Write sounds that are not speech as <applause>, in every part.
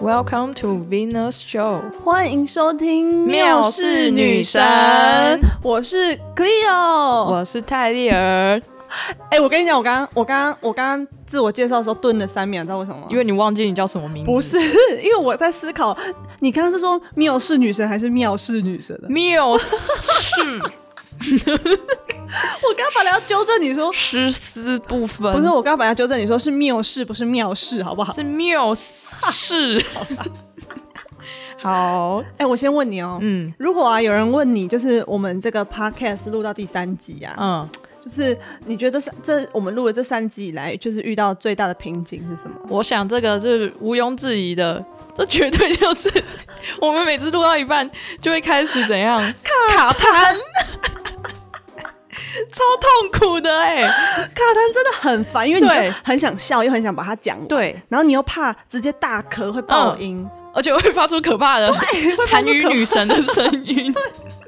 Welcome to Venus Show。欢迎收听《妙世女神我是 Cleo。我是泰利尔，哎、我跟你讲，我刚刚我刚刚我刚刚自我介绍的时候顿了三秒，你知道为什么吗？因为你忘记你叫什么名字？ <laughs> 不是，因为我在思考，你刚刚是说妙世女神还是妙世女神啊的？缪氏我刚刚本来要纠正你说，诗思不分，不是，我刚刚本来要纠正你说是妙世，不是妙世，好不好？是缪氏。好， <laughs> 哎、我先问你哦，嗯如果啊有人问你，就是我们这个 podcast 录到第三集啊，嗯，就是你觉得这三这我们录了这三集以来，就是遇到最大的瓶颈是什么？我想这个是毋庸置疑的。这绝对就是我们每次录到一半就会开始怎样卡痰， <laughs> 超痛苦的哎、卡痰真的很烦，因为你对就很想笑，又很想把它讲完，对，然后你又怕直接大咳会爆 <laughs> 音，而且会发出可怕的发痰哎出盂可女神的声音。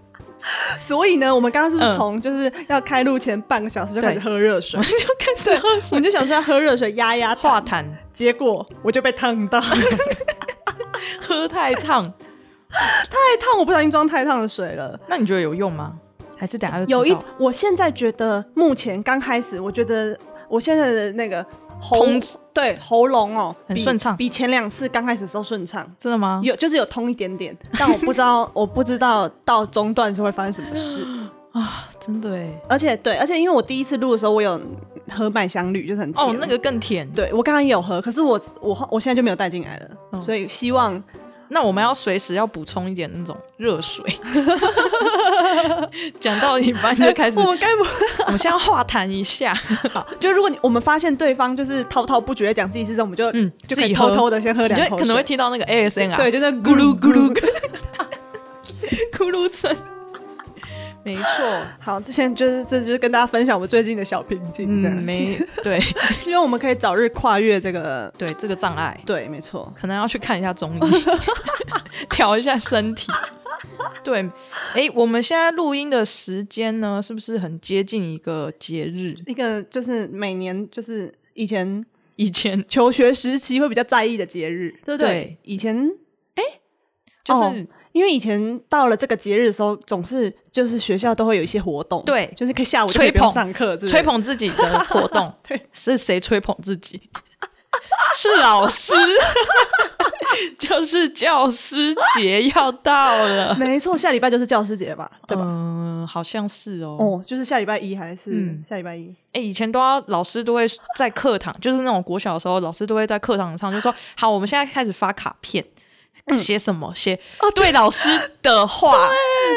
<laughs> 所以呢，我们刚刚是不是嗯从就是要开录前半个小时就开始喝热水 <laughs> 我？ <laughs> 们就开始喝我水们就想说要喝热水压 <laughs> 压化化，痰，结果我就被烫到， <laughs> 太喝太烫。烫，我不小心装太烫的水了。那你觉得有用吗？还是等下就知道有一，我现在觉得目前刚开始，我觉得我现在的那个喉通对喉咙哦，很比顺畅嗯比前两次刚开始的时候顺畅。真的吗？有就是有通一点点，但我不知道，我不知道到中段是会发生什 <gasps> 么事。真的哎。而且对，而且因为我第一次录的时候，我有喝麦香绿，就是很甜哦，那个更甜。对我刚刚也有喝，可是我我我现在就没有带进来了，嗯所以希望那 <laughs> 我们要随时要补充一点那种热 <laughs> 水。讲到一半就 <laughs> 开始，我哎我们该不们先要化痰一 <laughs> 下。 <laughs> 好，就如果你我们发现对方就是滔滔不绝地讲自己是这，我们就嗯就自可以己偷喝偷的先喝你两就口可能会水，听到那个 ASMR，对，就在咕咕噜噜咕咕噜噜。 <laughs> 咕噜声。没错，好，之前就是这就是跟大家分享我最近的小瓶颈，这嗯，样没 <laughs> 希 <laughs> 对希望我们可以早日跨越这个，对，这个障碍。对，没错，可能要去看一下中医， <laughs> 调一下身体。对，哎、我们现在录音的时间呢，是不是很接近一个节日？一个就是每年就是以前以前求学时期会比较在意的节日，对不对？对以前就是、哦因为以前到了这个节日的时候，总是就是学校都会有一些活动，对就是可以下午就可以不吹用捧上课之类的，，吹捧自己的活 <laughs> 动对， <laughs> 是谁吹捧自己？ <laughs> 是老师， <laughs> 就是教师节要到了，没错，下礼拜就是教师节吧，对吧？嗯，好像是哦。哦，就是下礼拜一还是、嗯下礼拜一？哎、以前都要老师都会在课堂，就是那种国小的时候，老师都会在课堂上就说：“好，我们现在开始发卡片，写什么？写嗯哦对老师的话。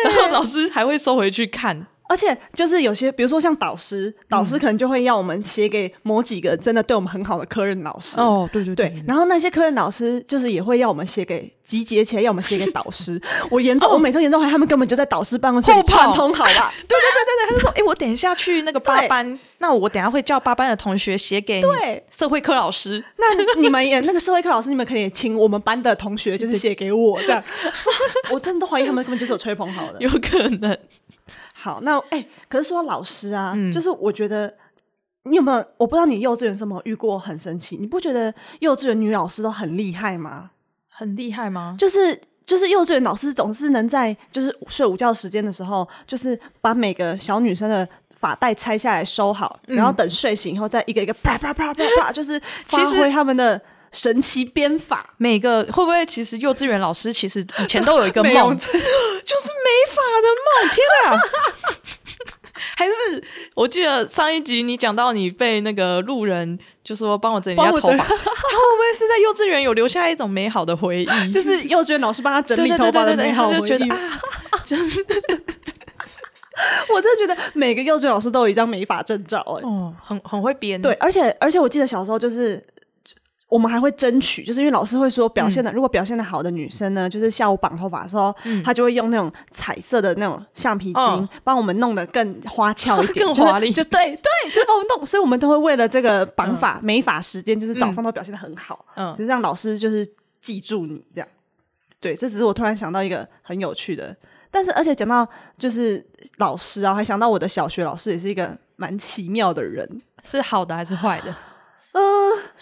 然后老师还会收回去看。而且就是有些，比如说像导师，导师可能就会要我们写给某几个真的对我们很好的科任老师。哦，对对对，然后那些科任老师就是也会要我们写给集结起来，要我们写给导师。 <laughs> 我严重，我每次严重怀疑他们根本就在导师办公室里互捧串通好 <laughs> 吧？对对对对对，他就说：“哎、我等一下去那个八对班，那我等一下会叫八班的同学写给你对社会科老师。那你们也那个社会课老师，你们可以请我们班的同学， <laughs> 就是写给我这样。我真的怀疑他们根本就是有吹捧好”的。有可能，好，那哎、可是说到老师啊，嗯就是我觉得你有没有？我不知道你幼稚园是没有遇过很神奇，你不觉得幼稚园女老师都很厉害吗？很厉害吗？就是。就是幼稚园老师总是能在就是睡午觉时间的时候，就是把每个小女生的发带拆下来收好，然后等睡醒以后再一个一个啪啪啪啪啪，就是嗯其发实挥他们的神奇编法。每个会不会其实幼稚园老师其实以前都有一个 <laughs> 美容梦，就是美发的梦。天哪！ <laughs> 还是我记得上一集你讲到你被那个路人就说帮我整理一下帮我头整发，他会不会是在幼稚园有留下一种美好的回忆？就是幼稚园老师帮他整对理对头对发对的对美对，好他回就觉得忆。啊， <laughs> 我真的觉得每个幼稚园老师都有一张美发证照、哎、 <laughs> 哦，很很会编，对，，而且而且我记得小时候就是。我们还会争取，就是因为老师会说，表现嗯的、如果表现的好的女生呢，就是下午绑头发的时候，她就会用那种彩色的那种橡皮筋嗯，帮、我们弄得更花俏一点， <laughs> 更就是华丽就对对，就帮我们哦弄。所以我们都会为了这个绑法、美发时间，就是早上都表现的很好，嗯就是让老师就是记住你这样。对，这只是我突然想到一个很有趣的，但是而且讲到就是老师啊，我还想到我的小学老师也是一个蛮奇妙的人，是好的还是坏的？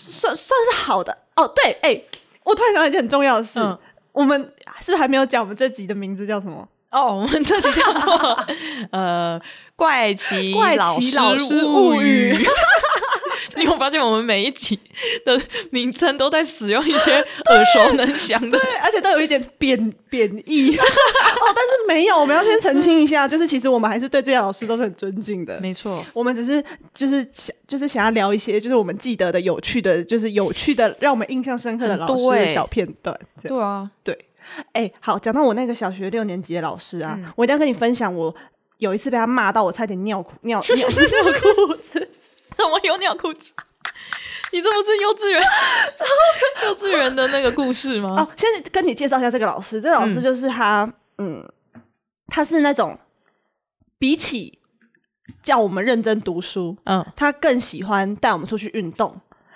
算算是好的哦。对，哎、我我突然想到一件很重要的事，嗯我们是不是还没有讲我们这集的名字叫什么？哦，我们这集叫做呃怪奇怪奇老师物语语。你有没有发现我们每一集的名称都在使用一些耳熟能详的？对， <laughs> 而且都有一点贬贬义 <laughs> 哦，但是没有，我们要先澄清一下， <laughs> 就是其实我们还是对这些老师都是很尊敬 <laughs> 的。没错，我们只是就是想就是想要聊一些就是我们记得的有趣的，就是有趣的让我们印象深刻的老师很多的欸小片段。这样对啊，对，哎、好，讲到我那个小学六年级的老师啊，我一定要跟你分享，我有一次被他骂到我差点尿裤尿 <laughs> 尿尿裤子，怎么有鸟裤子？ <laughs> 你这不是幼稚园幼稚园的那个故事吗？哦，先跟你介绍一下这个老师。这个老师就是他，嗯他是那种比起叫我们认真读书，嗯，他更喜欢带我们出去运动，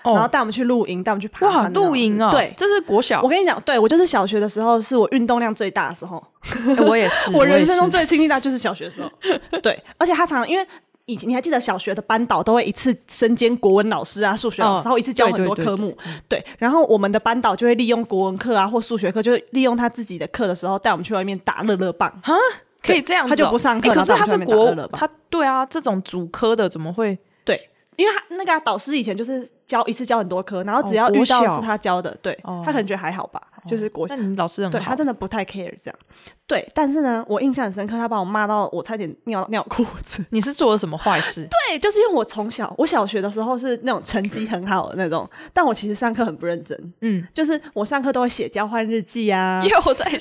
哦然后带我们去露营，带我们去爬哇，山的那种。露营啊，对。这是国小我，跟你讲，对我就是小学的时候，是我运动量最大的时候。哎我也 <laughs> 是，我人也生中是最亲近大就是小学的 <laughs> 时候。对，而且他常因为以前你还记得小学的班导都会一次身兼国文老师啊、数学老师，哦然后一次教很多对对对科目。对，然后我们的班导就会利用国文课啊或数学课，就是利用他自己的课的时候带我们去外面打乐乐棒。啊，可以这样子哦，他就不上课哎可是然后他在是外面打国乐乐，吧他对啊，这种主科的怎么会？对，因为他那个啊、导师以前就是教一次教很多科，然后只要哦遇到国小是他教的，对哦他可能觉得还好吧，就是国那你老师很对好他真的不太 care 这样。对，但是呢，我印象很深刻，他把我骂到我差点尿尿裤子。你是做了什么坏事？对，哎就是因为我从小，我小学的时候是那种成绩很好的那种，但我其实上课很不认真，嗯，就是我上课都会写交换日记 <laughs> 啊，又在写，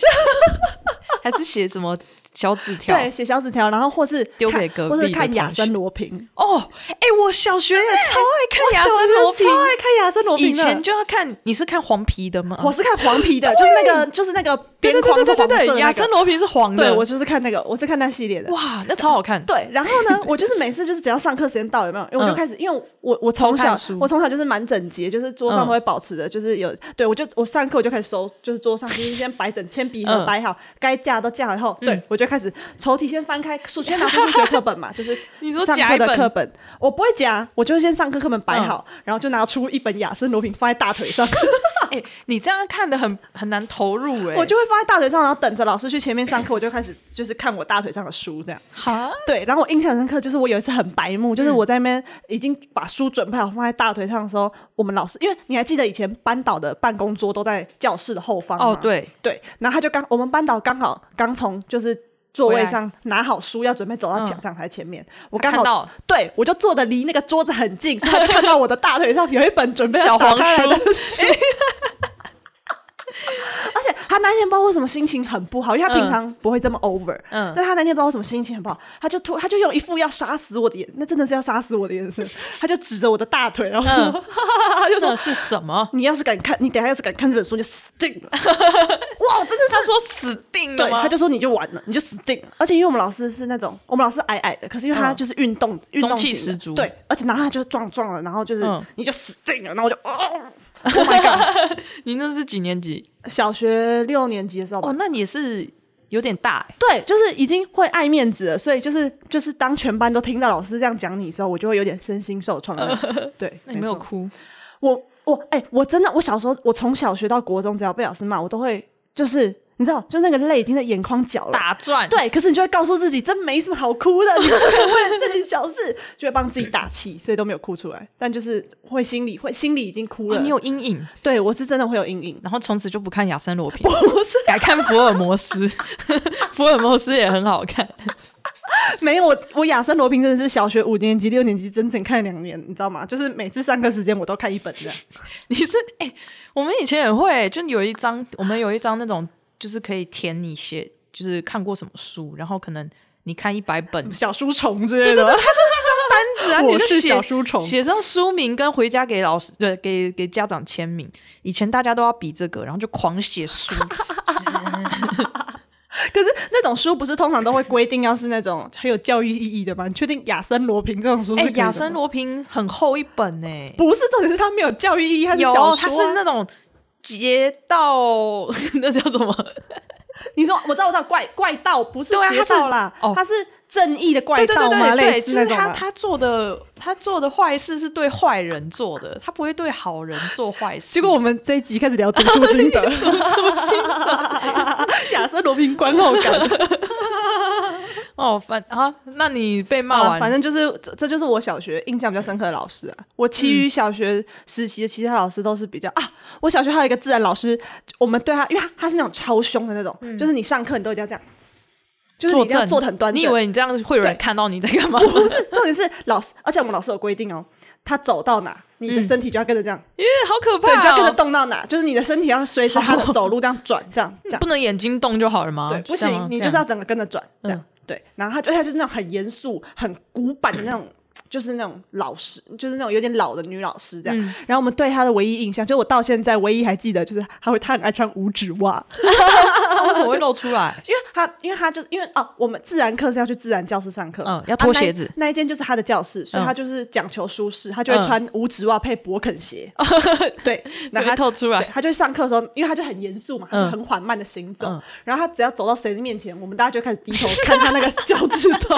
还是写什么小纸条？对，写小纸条，然后或是丢看给隔或是壁的看同亚森学罗平，哦，哎、我小学也超爱看我亚小森学罗超平，嗯爱看亚森罗平以的，前就要看，你是看黄皮的吗？我是看黄皮的，就是那个就是那个边框是黄色的那个亚森罗平是黄的，对我就是看那个，我是看那系列的。哇，那超好 <laughs> 看。对，然后呢， <laughs> 我就是每次就是只要上课时间到，有没有？因为我就嗯开始，因为我我从偷小看书我从小就是蛮整洁，就是桌上嗯都会保持的，就是有对我就我上课我就开始收，就是桌 <laughs> 上就是先摆整，铅笔盒嗯摆好，该架都架好以后，对我就开始抽屉先翻开，数先拿出数学课本 <laughs> 嘛，就是你说上夹课一的本课本，我不会夹，我就先上课课本摆好，然后就拿出一本亚森罗平放在大腿上，哎、你这样看的很很难投入哎、我就会放在大腿上，然后等着老师去前面上课，我就开始就是看我大腿上的书这样。哈，对，然后我印象深刻，就是我有一次很白目，就是我在那边已经把书准备好放在大腿上的时候，我们老师，因为你还记得以前班导的办公桌都在教室的后方吗哦，对，对，然后他就刚我们班导刚好刚从就是座位上拿好书，要准备走到讲讲台前面，我刚好嗯看到对我就坐的离那个桌子很近，所以他就看到我的大腿上有一本准备要小打黄开来书的书。 <laughs> 而且他那天不知道为什么心情很不好，因为他平常不会这么 over，嗯嗯，但他那天不知道为什么心情很不好，他就突他就用一副要杀死我的眼，那真的是要杀死我的眼神，他就指着我的大腿，然后说，嗯 <laughs> 他就说这是什么？你要是敢看，你等一下要是敢看这本书，你就死定 <laughs> 了。哇，我真的是他说死定了对，吗？他就说你就完了，你就死定了。而且因为我们老师是那种，我们老师矮矮的，可是因为他嗯就是运动、运动中气型的十足对，而且然后他就撞撞了，然后就是、嗯你就死定了，然后我就哦 <laughs> ，Oh my 你那是几年级？ god！小学六年级的时候吧。哦，那你也是有点大哎、对，就是已经会爱面子了，所以就是就是当全班都听到老师这样讲你的时候，我就会有点身心受创的那种。<laughs> 对，哎那你没有错哭？我我哎、我真的我小时候，我从小学到国中，只要被老师骂，我都会就是你知道，就是那个泪已经在眼眶角了。打转，对，可是你就会告诉自己，真没什么好哭的，你就是为了这点小事，就会帮自己打气，所以都没有哭出来。但就是会心里会心里已经哭哦了。你有阴影，对我是真的会有阴影。然后从此就不看亚森罗 <laughs> 平，不是改看福尔摩斯， <laughs> 福尔摩斯也很好看。没有我，我亚森罗平真的是小学五年级、六年级整整看两年，你知道吗？就是每次上课时间我都看一本这样。 <laughs> 你是哎、我们以前也会、就有一张，我们有一张那种，就是可以填你写，就是看过什么书，然后可能你看一百本 <laughs> 什么小书虫之类的吗，单子啊， <laughs> 我你就是写小书虫写上书名跟回家给老师，对，给给家长签名。以前大家都要比这个，然后就狂写 <laughs> 书，可是那种书不是通常都会规定要是那种很有教育意义的吗？你确定亚森罗平这种书是哎、可以的吗亚森罗平很厚一本呢、不是重点是它没有教育意义，它是有小说啊、 <laughs> 它是那种截到那叫什么？你说我知道，我知道怪怪盗不是对啊劫他是道啦，哦他是正义的怪对对盗嘛，对对对，类似就那是种啊他嘛。他做的他做的坏事是对坏人做的，他不会对好人做坏事。结果我们这一集开始聊读书心得， <laughs> 读书 <laughs> 心得，亚瑟罗宾观后感。哦，反啊，那你被好骂了，完，反正就是这，这就是我小学印象比较深刻的老师啊。我嗯其余小学时期的其他老师都是比较、啊，我小学还有一个自然老师，我们对他，因为他他是那种超凶的那种，就是你上课你都一定要这样，就是你嗯坐一定要正做的很端正。你以为你这样会有人对看到你在干嘛？ <laughs> 不是重点是老师，而且我们老师有规定哦，他走到哪，你嗯的身体就要跟着这样，耶，好可怕、哦！对，你就要跟着动到哪，就是你的身体要随着他的走路这样转，这样这样。不能眼睛动就好了吗？对，不这样吗嗯行，你就是这要样整个跟着转，这样、对。然后他就他就是那种很严肃、很古板的那种，就是那种老师，就是那种有点老的女老师这样。嗯然后我们对她的唯一印象，就是我到现在唯一还记得，就是她会她很爱穿五指袜，啊为什么 <laughs> 会露出来？因为她因为她就因为哦，我们自然课是要去自然教室上课，嗯要脱啊那一鞋子那一间就是她的教室，所以她就是讲求舒适，她就会嗯穿五指袜配勃肯鞋， <laughs> <laughs> 对，然后她会透出对来，他就上课的时候，因为他就很严肃嘛，他就嗯很缓慢的行走。嗯然后他只要走到谁的面前，我们大家就开始低头看他那个脚趾 <laughs> 头，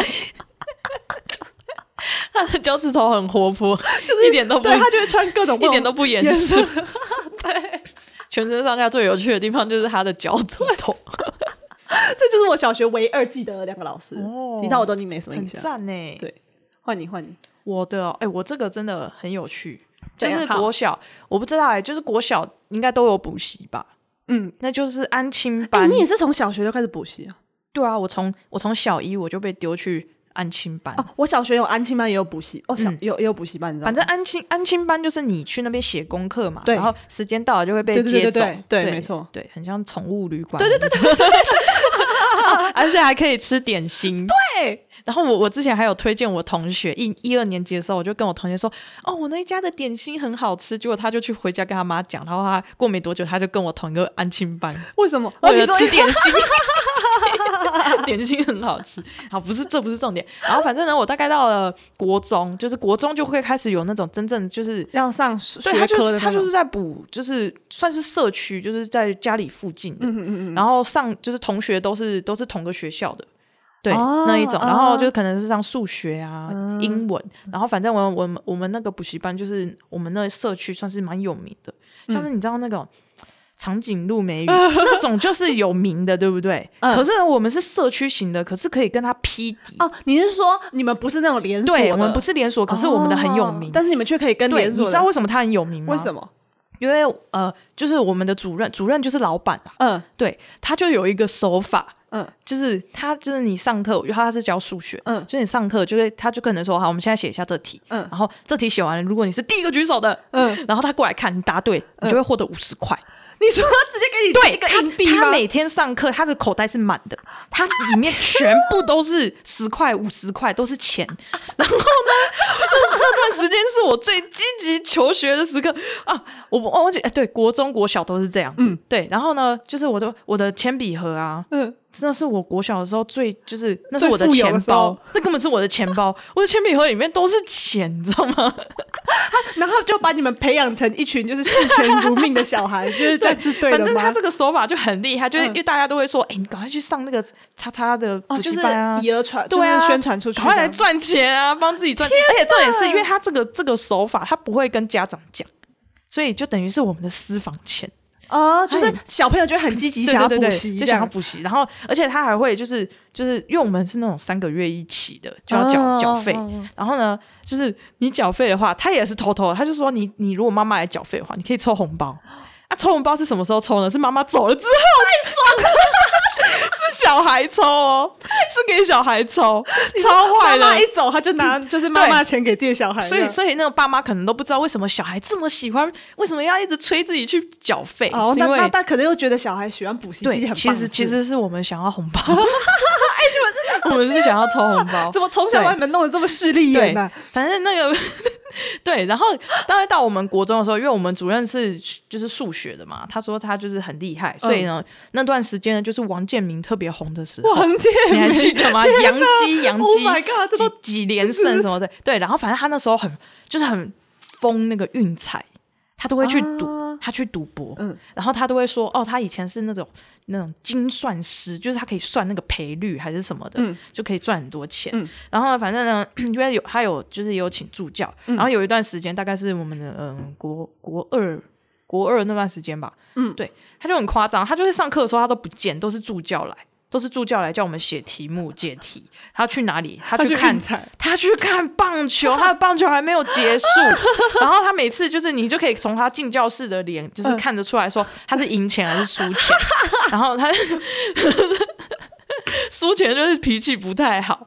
他的脚趾头很活泼， <laughs> 就是一点都不对他就会穿各种一点都不严肃。严。 <laughs> 对，全身上下最有趣的地方就是他的脚趾头，这就是我小学唯二记得的两个老师，哦其他我都已经没什么印象。赞欸呢。对，换你换你，我的哦哎、我这个真的很有趣，就怎样是好国小，我不知道哎、就是国小应该都有补习吧？嗯，那就是安亲哎、班。你也是从小学就开始补习啊？对啊，我从我从小一我就被丢去安亲班。哦，我小学有安亲班，也有补习，哦，小、有也有补习班，你知道吗？嗯反正安亲安亲班就是你去那边写功课嘛，对然后时间到了就会被对对对接走对，对对没错对，很像宠物旅馆，对对对对 <laughs> 而且还可以吃点心，对。然后我我之前还有推荐我同学一一二年级的时候，我就跟我同学说，哦，我那一家的点心很好吃，结果他就去回家跟他妈讲，然后他过没多久他就跟我同一个安亲班，为什么？哦，为你了说吃点心。 <laughs> 点心很好吃，好不是这不是重点。然后反正呢，我大概到了国中，就是国中就会开始有那种真正就是，要上学对他就科是的他那种就是在补，就是算是社区，就是在家里附近的。嗯嗯嗯，然后上就是同学都是都是同个学校的，对、哦那一种，哦嗯然后就可能是上数学啊、英文，然后反正我我们我们那个补习班就是我们那社区算是蛮有名的，嗯像是你知道那种。长颈鹿 <laughs> 美语那种就是有名的，对不对？嗯可是我们是社区型的，可是可以跟他匹敌。哦，你是说你们不是那种连锁的？哦对，我们不是连锁，可是我们的很有名。但是你们却可以跟对，连你锁知的道为什么他很有名吗？为什？么？因为呃，就是我们的主任，主任就是老板啊。嗯对，他就有一个手法，嗯就是他就是你上课，因为他是教数学，嗯就是你上课就会他就可能说好，我们现在写一下这题，嗯然后这题写完了，如果你是第一个举手的，嗯，然后他过来看你答对，你就会获得五十块。你说他直接给你对一个硬币他，吗他？每天上课，他的口袋是满的，他里面全部都是十块、五十块，都是钱。然后呢，那那段时间是我最积极求学的时刻啊！我我忘记，哎对，国中、国小都是这样子。对，然后呢，就是我的我的铅笔盒啊，嗯，真的是我国小的时候最就是那是最我的富有的钱时包候，那根本是我的钱 <laughs> 包，我的铅笔盒里面都是钱，你知道吗？然后就把你们培养成一群就是视钱如命的小孩，就是这样哎是对的反吗？正他这个手法就很厉害，就是嗯因为大家都会说，哎、你赶快去上那个叉叉的补哦，就习是班啊。以讹传，对啊，就是宣传出去，赶快来赚钱啊，帮自己赚钱。而且重点是因为他这个这个手法，他不会跟家长讲，所以就等于是我们的私房钱。哦，就是小朋友就会很积极想要对补对对习，对就想要补习。然后，而且他还会就是就是，因为我们是那种三个月一起的，就要哦缴缴费哦哦。然后呢，就是你缴费的话，他也是偷偷的，他就说你你如果妈妈来缴费的话，你可以抽红包。啊，抽红包是什么时候抽呢？是妈妈走了之后，太爽了。 <laughs> 是小孩抽哦，是给小孩抽，超坏妈的。妈一走，他就拿就是妈妈嗯对钱给自己的小孩，所以，所以那个爸妈可能都不知道为什么小孩这么喜欢，为什么要一直催自己去缴费，哦，是那因那为但可能又觉得小孩喜欢补习是一件对，很其棒的实事其实是我们想要红 <laughs> 包，哎，你们真的，我们是想要抽红 <laughs> 包，怎么从小对把你们弄得这么势利对眼呢？，反正那个 <laughs> 对，然后大概到我们国中的时候，因为我们主任是就是数学的嘛，他说他就是很厉害，所以呢，那段时间呢，就是王建民特别红的时候，王健 <laughs> <laughs> 你还民记得吗？天杨哪基，杨基 Oh my god，这都几几连胜什么的，对。然后反正他那时候很就是很疯那个运彩，他都会去赌。啊他去赌博，嗯然后他都会说，哦，他以前是那种那种精算师，就是他可以算那个赔率还是什么的，嗯就可以赚很多钱。嗯然后呢，反正呢， <clears throat> 因为有他有就是有请助教，嗯然后有一段时间大概是我们的嗯国国二国二那段时间吧，嗯对，他就很夸张，他就是上课的时候他都不见，都是助教来。都是助教来叫我们写题目、解题。他去哪里？他他去去看运彩他去看棒球，他的棒球还没有结 <laughs> 束。然后他每次就是，你就可以从他进教室的脸，嗯就是看得出来说他是赢钱还是输 <laughs> 钱。然后他 <laughs> 输钱就是脾气不太好，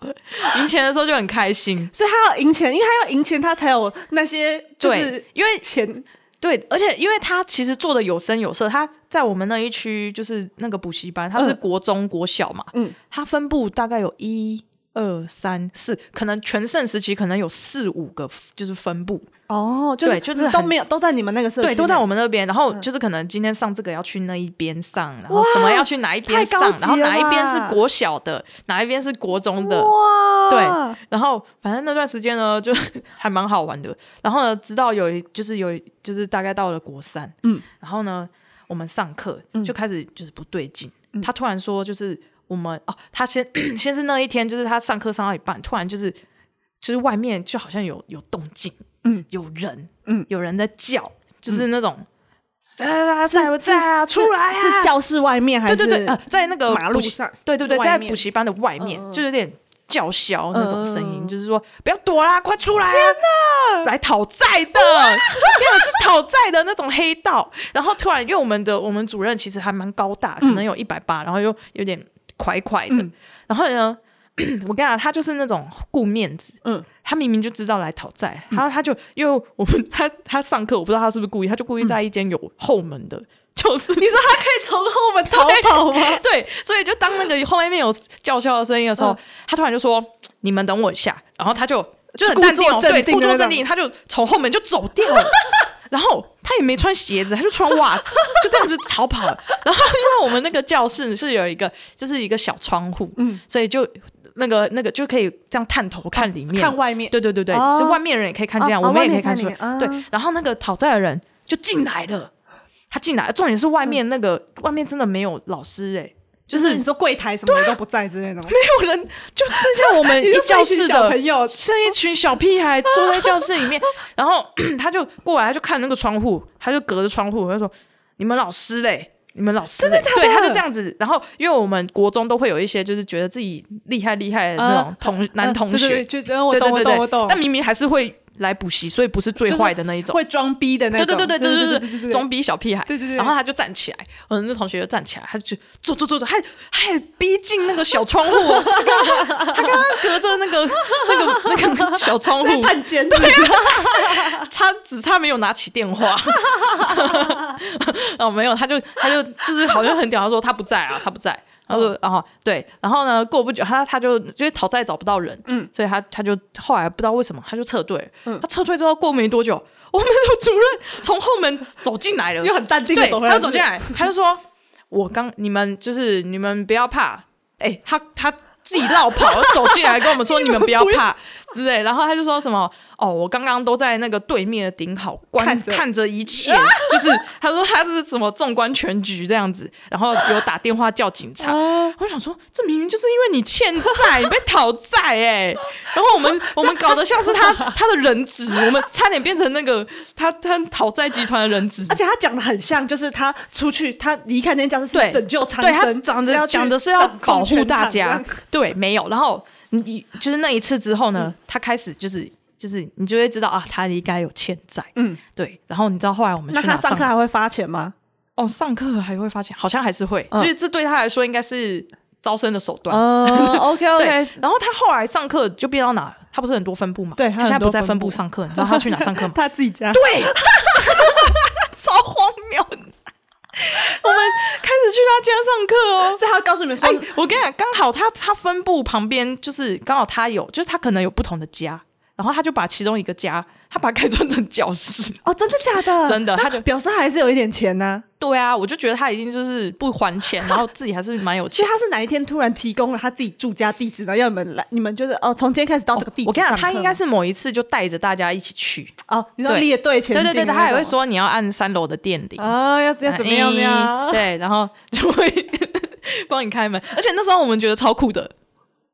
赢钱的时候就很开心。所以他要赢钱，因为他要赢钱，他才有那些就对是因为钱对，而且因为他其实做的有声有色，他在我们那一区就是那个补习班，他是嗯国中、国小嘛，嗯，他分布大概有一二三四，可能全盛时期可能有四五个就是分布，哦，就是对就是很都没有都在你们那个社区内，嗯对，都在我们那边。然后就是可能今天上这个要去那一边上，然后什么要去哪一边太高上，然后级了哪一边是吧国小的，哪一边是国中的，哇，对，然后反正那段时间呢，就 <laughs> 还蛮好玩的。然后呢，直到有一就是有一就是大概到了国三，嗯，然后呢，我们上课就开始就是不对劲。嗯他突然说，就是我们哦，他先 <coughs> 先是那一天，就是他上课上到一半，突然就是就是外面就好像有有动静，嗯，有人，嗯，有人在叫，就是那种。在啊，在不在啊？是出来啊！是教室外面还对是对对，呃在那个马路补习上对对对，外在面补习班的外面，嗯嗯就有点叫嚣那种声音，嗯嗯嗯就是说不要躲啦，快出来、啊！天来讨债的，因为是讨债的那种黑道。 <laughs> 然后突然，因为我们的我们主任其实还蛮高大，可能有一百八，然后又有点快快的。嗯然后呢， <clears throat> 我跟你讲，他就是那种顾面子， <laughs> 嗯他明明就知道来讨债，然后他就因为我们 <laughs> 他他上课，我不知道他是不是故意，他就故意嗯在一间有后门的，就是你说他可以从后门逃跑 <laughs> 吗？对，所以就当那个后面有叫嚣的声音的时候，嗯他突然就说：“你们等我一下。”然后他就就很故淡定、哦，作镇对，定故的作那镇种定，他就从后门就走掉了。 <laughs> 然后他也没穿鞋子，他就穿袜子， <laughs> 就这样子逃跑了。然后因为我们那个教室是有一个，就是一个小窗户，嗯所以就那个那个就可以这样探头看里面，看外面，对对对对，哦是外面人也可以看见，哦我哦们也外面可以看看出来。里面对啊，然后那个讨债的人就进来了，他进来了，重点是外面那个、外面真的没有老师哎、就嗯就是是没你说柜台什么的都不在之类的吗， <laughs> 没有人，就剩下我 <laughs> 们一教室小的朋友，是一群小屁孩坐在教室里面，然后 <coughs> 他就过来，他就看那个窗户，他就隔着窗户，他就说：“你们老师嘞，你们老师嘞。”对，他就这样子。然后因为我们国中都会有一些就是觉得自己厉害厉害的那种啊同、男同嗯学，对对对就呃我对懂对我对懂我懂，但明明还是会来补习，所以不是最就是坏的那一种。会装逼的那对种，对对对对对对对对，对，装逼小屁孩。对对对然后他就站起来，我们那同学就站起来，他就坐坐坐坐，还还逼近那个小窗户，他刚刚他刚刚隔着那个那个那个小窗户，探 <laughs> 监对啊，差只差没有拿起电话。 <laughs> 哦，没有，他就他就就是好像很屌，他说他不在啊，他不在。他说哦，对，然后呢，过不久他他就因为讨债找不到人，嗯嗯，所以他他就后来不知道为什么他就撤退，嗯他撤退之后过没多久，我们的主任从后门走进来了，又很淡定的对，走回来，他就走进 <laughs> 来，他就说：“我刚你们就是你们不要 <laughs> 怕，哎、他他自己绕跑走进来跟我们说你们不要 <laughs> 怕之类，然后他就说什么哦，我刚刚都在那个对面的顶好观看着看着一切， <laughs> 就是他说他是什么纵观全局这样子，然后有打电话叫警察。啊。我想说，这明明就是因为你欠债，你被讨债哎、然后我 <laughs> 们我们搞得像是他他的人质，我们差点变成那个他他讨债集团的人质而。且他讲的很像，就是他出去，他离开那间教室对是拯救苍对他生，讲是着去讲的是要掌控保护全场大这家样， <laughs> 对，没有。然后你你就是那一次之后呢，嗯他开始就是就是你就会知道啊，他应该有欠债，嗯，对。然后你知道后来我们那去他哪上课还会发钱吗？哦，上课还会发现，好像还是会，嗯就是这对他来说应该是招生的手段。呃 <laughs> 哦，OK 对，然后他后来上课就变到哪？他不是很多分部嘛？对他他现在很不多在分分部部上课，你知道他去哪上课吗？ <laughs> 他自己家，对， <laughs> 超荒谬的。 <laughs> 我们开始去他家上课哦，所以他告诉你们说哎，，我跟你讲，刚好他他分部旁边就是刚好他有，就是他可能有不同的家，然后他就把其中一个家，他把它改装成教室。哦，真的假的？真的那他就表示还是有一点钱呐。 <laughs> 对啊，我就觉得他一定就是不还钱，然后自己还是蛮有其 <laughs> 钱实。他是哪一天突然提供了他自己住家地址呢？要你们来，你们就是哦，从今天开始到这个地址我跟你讲，上课他应该是某一次就带着大家一起去，哦，你知道对列队前 <laughs> 对进对的那种，对，他也会说你要按三楼的电铃，啊，要要怎么嗯样呀？对，然后就会 <laughs> 帮你开门。而且那时候我们觉得超酷的，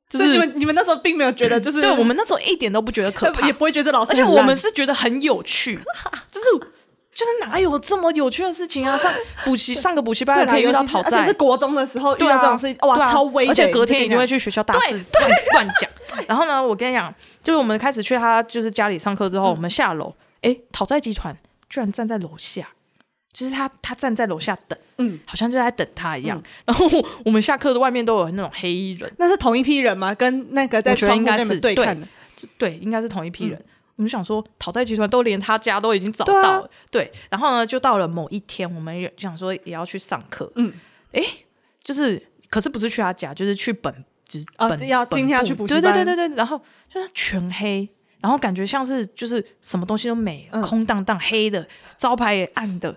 就所以你是们你们那时候并没有觉得就是呃对我们那时候一点都不觉得可怕也，不会觉得老师而很且烂，我们是觉得很有趣， <laughs> 就是。就是哪有这么有趣的事情啊？上 <laughs> 补习上个补习班对还啦可以遇到尤其是讨而且债是，国中的时候遇对到啊，这种事情，哇，对啊超危的，而且隔天一定会去。去学校大肆乱乱讲。然后呢，我跟你讲，就是我们开始去他就是家里上课之后，我们下楼，诶，讨债集团居然站在楼下，就是他他站在楼下等，嗯，好像就在等他一样。然后我我们下课的外面都有那种黑衣人，那是同一批人吗？跟那个在我觉得窗户应该那边是对看的，这对，应该是同一批人。我们想说，讨债集团都连他家都已经找嗯对啊到了，对。然后呢，就到了某一天，我们也想说也要去上课，嗯，就是可是不是去他家，就是去本就是哦本、要本今天要部去补习对对班对对对。然后就是全黑，然后感觉像是就是什么东西都没了，嗯空荡荡黑的，招牌也暗的，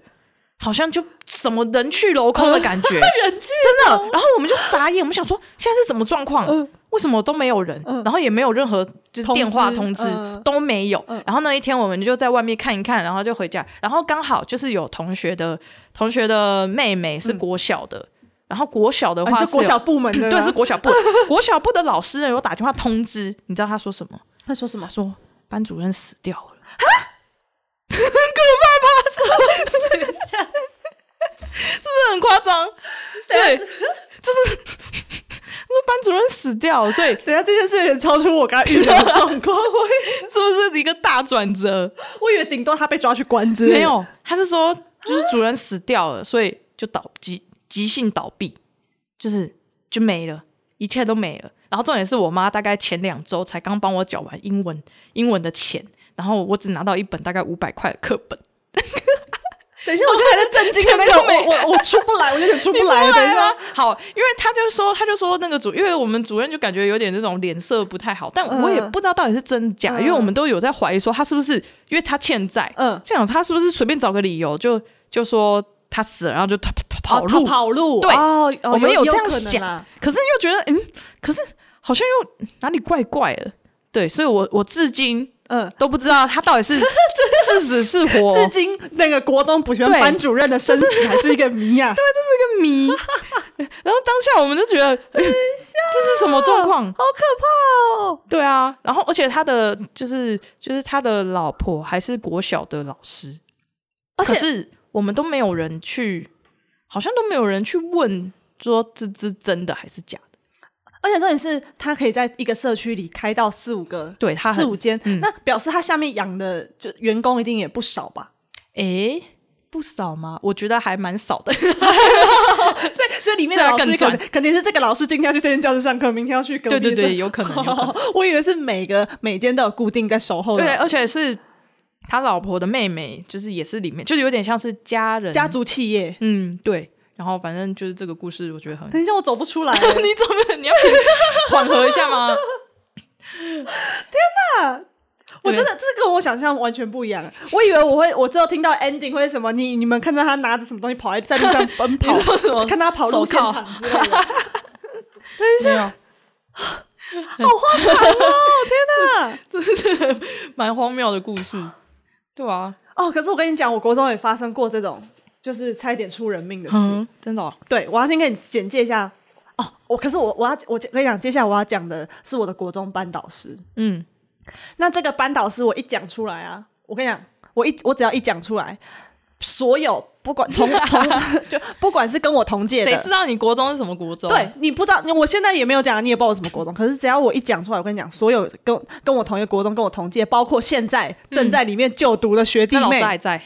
好像就什么人去楼空的感觉。 <laughs> 人去真的。然后我们就傻眼，我们想说现在是什么状况？嗯为什么都没有人？嗯然后也没有任何就是通电话知通知嗯都没有嗯。然后那一天我们就在外面看一看，然后就回家。然后刚好就是有同学的同学的妹妹嗯是国小的，然后国小的话啊，是就有国小部门的吗，对是国小部 <laughs> 国小部的老师呢有打电话通知，你知道他说什么？他说什么 <laughs> 他？说班主任死掉 <laughs> 了。很可怕吧？是不是很夸张？对，就是说班主任死掉了，所以等一下这件事情超出我刚才预想的状况，我是不是一个大转折？我以为顶多他被抓去关之类的， <laughs> 没有，他是说就是主人死掉了，所以就倒急急性倒闭，就是就没了，一切都没了。然后重点是我妈大概前两周才刚帮我缴完英文英文的钱，然后我只拿到一本大概五百块的课本。等一下，我现在还在震惊的那前面个，都我我我出不来，我有点出你不出来。等一吗下，？好，因为他就说，他就说那个主，因为我们主任就感觉有点那种脸色不太好，但我也嗯不知道到底是真假，嗯因为我们都有在怀疑说他是不是，因为他欠债，嗯，这样他是不是随便找个理由就就说他死了，然后就跑跑跑路？哦跑路，对哦，哦我们有有这样可能啊想啦可是又觉得，嗯，可是好像又哪里怪怪的，对，所以我我至今嗯。都不知道他 <laughs> 到底是是死是活，至今，那个国中补习班对班主任的生死还是一个 <laughs> 谜啊！对，个谜。然后当下我们就觉得，嗯、这是什么状况？好可怕哦！对啊，然后而且他的就是就是他的老婆还是国小的老师，而可且是我们都没有人去，好像都没有人去问说这这真的还是假的。而且重点是，他可以在一个社区里开到四五个，对他很四五间，嗯那表示他下面养的就员工一定也不少吧？ <laughs> 诶，不少吗？我觉得还蛮少 <laughs> 的。所以，所以里面所以的他更老师肯赚肯定是这个老师今天要去这间教室上课，明天要去隔对壁对对，上有可能，有可能。 <laughs> 我以为是每个每间都有固定在守候 <laughs> 对，啊的而且是他老婆的妹妹，就是也是里面，就是有点像是家人家。族企业。嗯，对。然后反正就是这个故事，我觉得很。等一下，我走不出来了。 <laughs> 你怎么你要 <laughs> 缓和一下吗？我对真的，这跟我想象完全不一样。啊我以为我会，我最后听到 ending 会是什么，你你们看到他拿着什么东西跑在在路 <laughs> 上奔跑 <laughs> 你说什么，看他跑手路现铐场之类 <laughs> 的，哦好没有。荒唐哦！天哪！蛮荒谬的故事。对啊，哦，可是我跟你讲，我国中也发生过这种，就是差一点出人命的哦事。嗯，真的、对，我要先给你简介一下。哦，我可是我我要我跟你讲，接下来我要讲的是我的国中班导师。嗯，那这个班导师我一讲出来啊，我跟你讲，我一我只要一讲出来，所有不管从从 <laughs> 就不管是跟我同届谁的知。道你国中是什么国中？对，你不知道，我现在也没有讲，你也不知道我什么国中。可是只要我一讲出来，我跟你讲，所有跟跟我同一个国中、跟我同届，包括现在正在里面就读的学弟那老妹师，还在。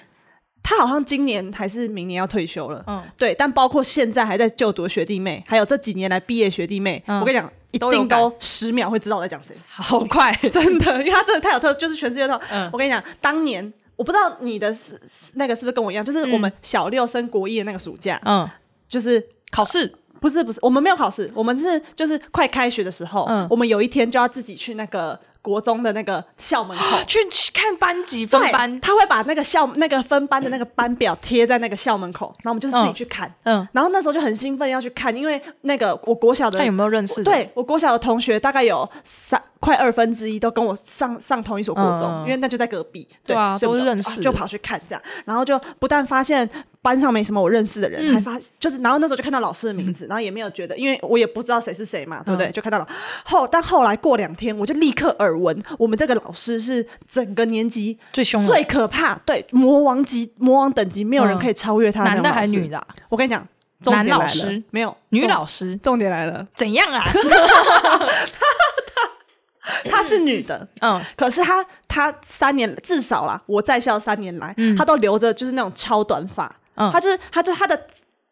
他好像今年还是明年要退休了。嗯，对，但包括现在还在就读的学弟妹，还有这几年来毕业学弟妹，嗯我跟你讲，一都有定感都十秒会知道我在讲谁。 <laughs> 好快，真的，因为他真的太有特，就是全世界都有。嗯我跟你讲，当年我不知道你的是是那个是不是跟我一样，就是我们小六升国一的那个暑假，嗯，就是考试，不是不是，我们没有考试，我们是就是快开学的时候，嗯。我们有一天就要自己去那个国中的那个校门口 <laughs> 去去看班级分对班，他会把那个校那个分班的那个班表贴在那个校门口，然后我们就是自己嗯去看。嗯，然后那时候就很兴奋要去看，因为那个我国小的看有没有认识的。对我国小的同学大概有三快二分之一都跟我上上同一所国中，嗯嗯因为那就在隔壁，对啊所以我们都就认识啊就跑去看这样，然后就不但发现班上没什么我认识的人，嗯还发就是然后那时候就看到老师的名字，然后也没有觉得，因为我也不知道谁是谁嘛，对不嗯对？就看到了后，但后来过两天我就立刻耳闻，我们这个老师是整个年级最凶的最可怕，对魔王级魔王等级，没有人嗯可以超越他那男种的还老是师女？的啊、我跟你讲，重男点老来了师没有女重老师重点来了，怎样 <laughs> 啊？她是女的。嗯，可是他他三年至少啦，我在校三年来，他都留着就是那种超短发，嗯他就是他就他的。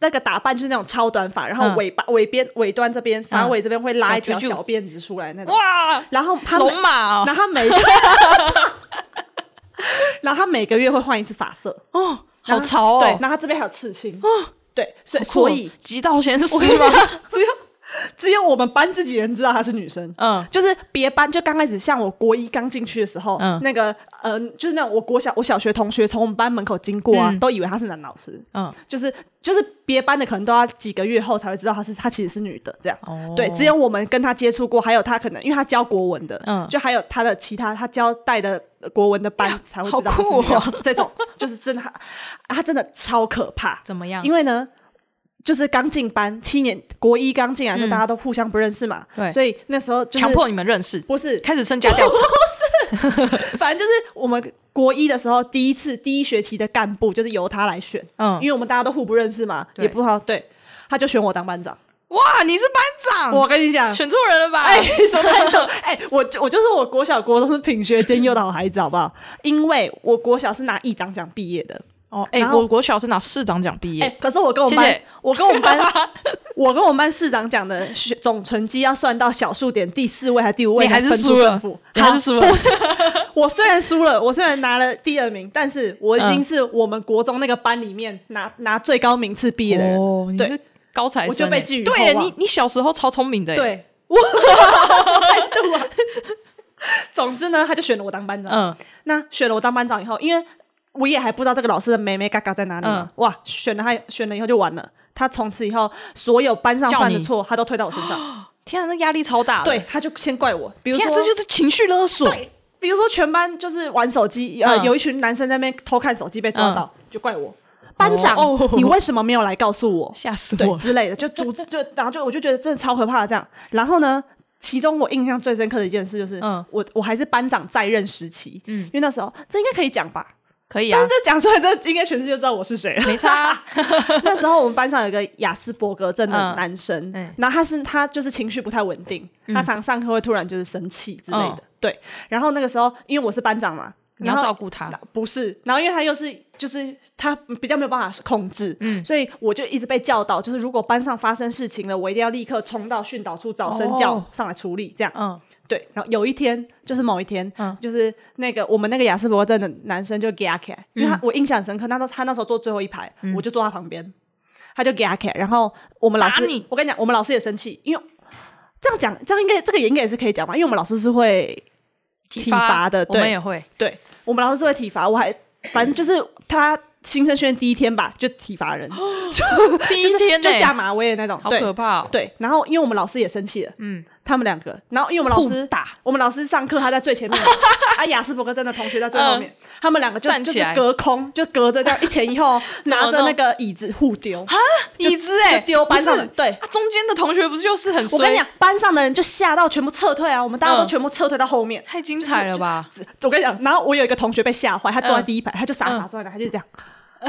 那个打扮就是那种超短发，然后嗯尾巴、尾边、尾端这边、发尾这边会拉一条小啾啾小辫子出来那种。哇，然后他每龙马哦，然后他每个， <laughs> 然后他每个月会换一次发色，哦，好潮哦，对，然后他这边还有刺青，对，所以酷哦所以 <laughs> 极道先我师跟你吗？讲只有只有我们班自己人知道她是女 <laughs> 生，嗯，就是别班，就刚开始像我国一刚进去的时候，嗯那个呃，就是那种我国小我小学同学从我们班门口经过啊，嗯都以为他是男老师，嗯，就是就是别班的可能都要几个月后才会知道他是他其实是女的这样。哦对，只有我们跟他接触过，还有他可能因为他教国文的，嗯就还有他的其他他教带的呃国文的班才会知道他是好酷女哦老师这种就是真的，他真的超可怕，怎么样？因为呢，就是刚进班七年，国一刚进来的时候，嗯大家都互相不认识嘛，对所以那时候就是强迫你们认识，不是，开始身家调查， <laughs> 反正就是我们国一的时候，第一次第一学期的干部就是由他来选，嗯因，为我们大家都互不认识嘛，对也不好对，他就选我当班长。哇，你是班长，我跟你讲。嗯选错啊人了吧？ <laughs> 哎，说太多！哎，我就我就说我国小国都是品学兼优的好孩子，好不好？因为我国小是拿一长奖毕业的，哦，哎、然后我国小是拿市长奖毕业，哎、可是我跟我们班，谢谢我跟我 <laughs> 们班，我跟我们班市长讲的学总成绩要算到小数点第四位还是第五位，你还是分出输了胜负你还是好输了不是，我虽然输了，我虽然拿了第二名，但是我已经嗯是我们国中那个班里面拿拿最高名次毕业的人。哦，你对是高材生、我就被哎寄予对厚望你，你小时候超聪明的、哎，对， <laughs> 我态度啊。 <laughs> 总之呢，他就选了我当班长。嗯，那选了我当班长以后，因为我也还不知道这个老师的妹妹嘎嘎在哪里嗯嘛，哇，选了他选了以后就完了。他从此以后，所有班上叫犯的你错，他都推到我身上。天啊，那压力超大的，对，他就先怪我，比如天说啊，，这就是情绪勒索，对，比如说全班就是玩手机，呃，嗯有一群男生在那边偷看手机被抓到，就怪我。班长，哦你为什么没有来告诉我？吓死对 <laughs> 我！之类的，就组织就然后就我就觉得真的超可怕的这样。然后呢，其中我印象最深刻的一件事就是，嗯我我还是班长在任时期，嗯因为那时候这应该可以讲吧，可以但啊是，这讲出来，这应该全世界知道我是谁了。没差啊， <laughs> 那时候我们班上有一个雅斯伯格症的嗯男生，嗯然后他是他就是情绪不太稳定，他常上课会突然就是生气之类的。嗯对，然后那个时候因为我是班长嘛， <laughs> 你要哦然后照顾他，不是，然后因为他又是就是他比较没有办法控制，所以我就一直被教导，就是如果班上发生事情了，我一定要立刻冲到训导处找身教哦上来处理，这样。嗯，对，然后有一天就是某一天，嗯就是那个我们那个雅斯伯格症的男生就给他起来，嗯因为他我印象很深刻，那时候他那时候坐最后一排，我就坐他旁边，他就给他起来，然后我们老师打你，我跟你讲，我们老师也生气，因为这样讲，这样应该这个也应该也是可以讲吧，因为我们老师是会体罚的我们对也 <laughs> 会，对我们老师是会体罚，我还反正就是他新生学院第一天吧，就体罚 <gasps> 人，第一天就欸下马威的那种，好对可怕哦，对，然后因为我们老师也生气了，嗯，他们两个，然后因为我们老师互打，我们老师上课他在最 <laughs> 前面，啊，雅斯伯格症的同学在最后面，他们两个就嗯站就起是来隔空，就隔着这样一前 <laughs> 一后么拿啊着那弄个椅子互丢，椅子哎，就丢班上的不是对啊，中间的同学不是就是很我跟衰你讲，班上的人就吓到全部撤退啊，我们大家都嗯全部撤退到后面。太精彩了吧？只我跟你讲，然后我有一个同学被吓坏，他坐在嗯第一排，他就傻傻坐在那，他就这样。 <laughs>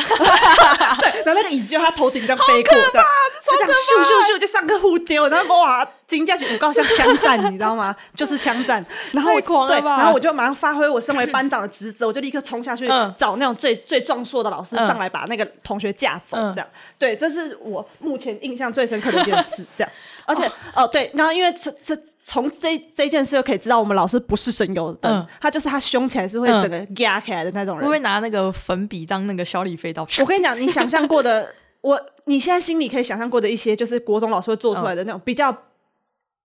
对，然后那个椅子就他头顶这样飞过，这样就这样咻咻咻就上课互丢，然后哇，惊驾起五告像枪战，你知道吗？就是枪 <laughs> 战。然后我太狂了对，吧然后我就马上发挥我身为班长的职责，我就立刻冲下去嗯找那种最最壮硕的老师嗯上来把那个同学架走，嗯这样。对，这是我目前印象最深刻的一件 <laughs> 事，这样。而且哦，对，然后因为这这从这这件事就可以知道，我们老师不是省油灯嗯，他就是他凶起来是会嗯整个压起来的那种会人不。会拿那个粉笔当那个小李 <laughs> 飞刀？我跟你讲，你想象过嗯的，我你现在心里可以想象过的一些，就是国中老师会做出来的那种比较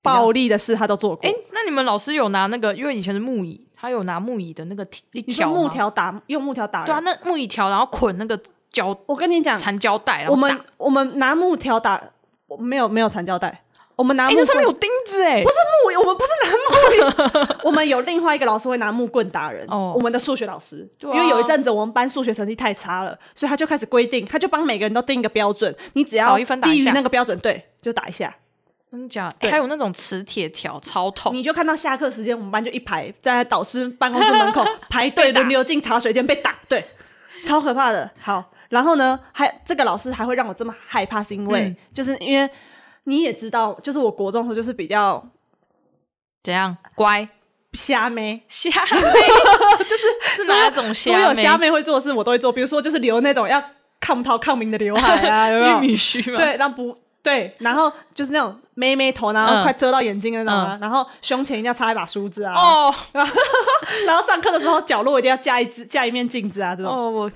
暴力的事他都做过。哎、那你们老师有拿那个？因为以前是木椅，他有拿木椅的那个一你说条吗木？条打用木条打人？对啊，那木椅条，然后捆那个胶我跟你讲，缠胶带，然后嗯我们打我们拿木条打，我没有没有缠胶带，我们拿哎、木那上棍、面有钉子哎、不是木，我们不是拿木 <laughs> 棍，我们有另外一个老师会拿木棍打人。哦我们的数学老师，对啊因为有一阵子我们班数学成绩太差了，所以他就开始规定，他就帮每个人都定一个标准，你只要少一分打低一于下那个标准，对，就打一下。真的假的？对还有那种磁铁条，超痛。你就看到下课时间，我们班就一排在导师办公室门口排队被 <laughs> 打轮流进茶水间被打，对，超可怕的。好，然后呢，还这个老师还会让我这么害怕，是因为、嗯就是因为你也知道，就是我国中的时候就是比较怎样？乖瞎妹，虾 <laughs> 妹，就是是哪种所虾有妹？虾妹会做的事我都会做，比如说就是留那种要抗涛抗明的刘海 <laughs> 啊，有没有？玉米须嘛。，对，让不对，然后就是那种妹妹头，然后嗯快遮到眼睛的那种啊，然后胸前一定要插一把梳子啊，哦 <laughs> 然后上课的时候角落一定要架一只架一面镜子啊，这种。哦， <laughs> 我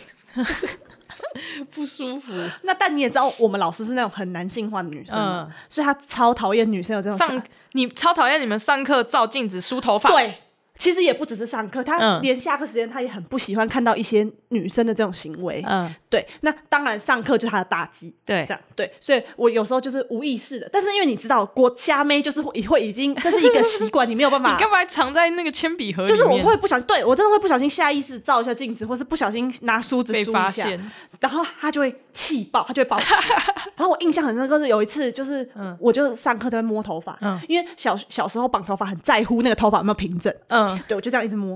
不舒服。那但你也知道，我们老师是那种很男性化的女生嘛，嗯所以她超讨厌女生有这种想上你超讨厌你们上课照镜子梳头发，对。其实也不只是上课，她嗯连下课时间她也很不喜欢看到一些女生的这种行为。嗯，对，那当然上课就是她的大忌，对这，样对，所以我有时候就是无意识的，但是因为你知道，国虾妹就是会会已经这是一个习惯，你没有办你法，干嘛藏在那个铅笔盒里啊就面？是我会不小心，对我真的会不小心下意识照一下镜子，或是不小心拿梳子被梳发一下，现，然后他就会气爆，他就会爆气。 <laughs> 然后我印象很深刻是有一次，就是我就上课在那边摸头发，嗯因为小小时候绑头发很在乎那个头发有没有平整，嗯，对我就这样一直摸。